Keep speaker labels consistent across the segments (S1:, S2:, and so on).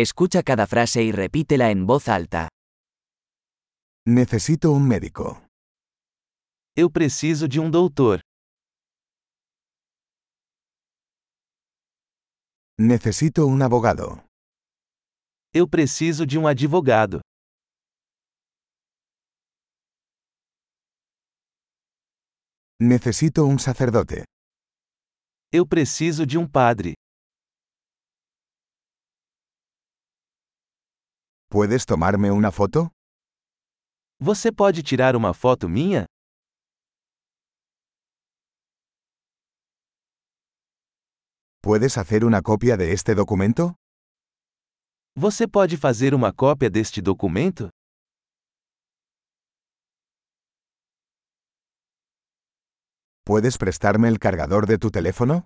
S1: Escucha cada frase y repítela en voz alta.
S2: Necesito un médico.
S3: Eu preciso de um doutor.
S2: Necesito un abogado.
S3: Eu preciso de um advogado.
S2: Necesito un sacerdote.
S3: Eu preciso de um padre.
S2: ¿Puedes tomarme una foto?
S3: Você pode tirar uma foto minha?
S2: ¿Puedes hacer una copia de este documento?
S3: Você pode fazer uma cópia deste documento?
S2: ¿Puedes prestarme el cargador de tu teléfono?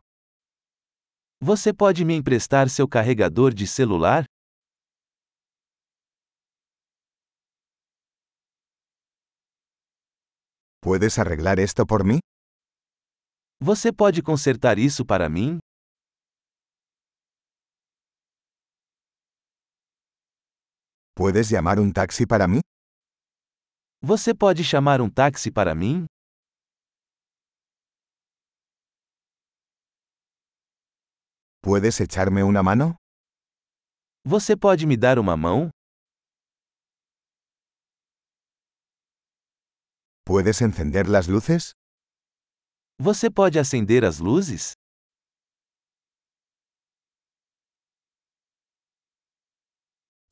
S3: Você pode me emprestar seu carregador de celular?
S2: ¿Puedes arreglar esto por mí?
S3: Você pode consertar isso para mim?
S2: ¿Puedes llamar un taxi para mí?
S3: Você pode chamar um táxi para mim?
S2: ¿Puedes echarme una mano?
S3: Você pode me dar uma mão?
S2: ¿Puedes encender las luces?
S3: Você pode acender as luzes?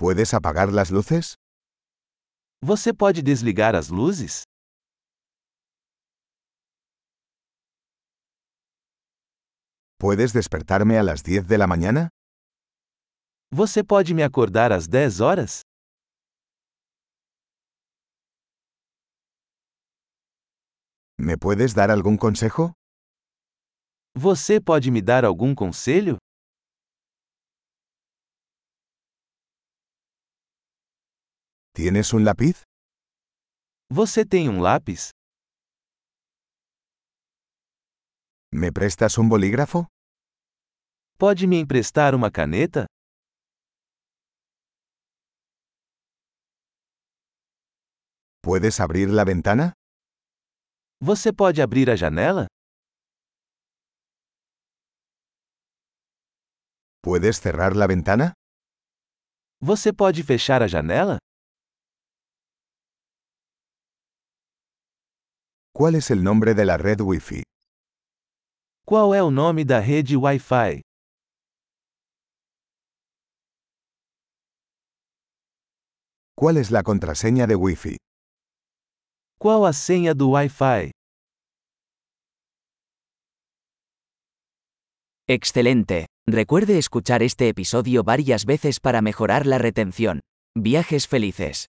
S2: ¿Puedes apagar las luces?
S3: Você pode desligar as luzes?
S2: ¿Puedes despertarme a las 10 de la mañana?
S3: Você pode me acordar às 10 horas?
S2: ¿Me puedes dar algún consejo?
S3: Você pode me dar algum conselho?
S2: ¿Tienes un lápiz?
S3: Você tem um lápis?
S2: ¿Me prestas un bolígrafo?
S3: Pode me emprestar uma caneta?
S2: ¿Puedes abrir la ventana?
S3: Você pode abrir a janela?
S2: ¿Puedes cerrar la ventana?
S3: Você pode fechar a janela?
S2: ¿Cuál es el nombre de la red Wi-Fi?
S3: Qual é o nome da rede Wi-Fi?
S2: ¿Cuál es la contraseña de Wi-Fi?
S3: Qual a senha do Wi-Fi?
S1: Excelente. Recuerde escuchar este episodio varias veces para mejorar la retención. Viajes felices.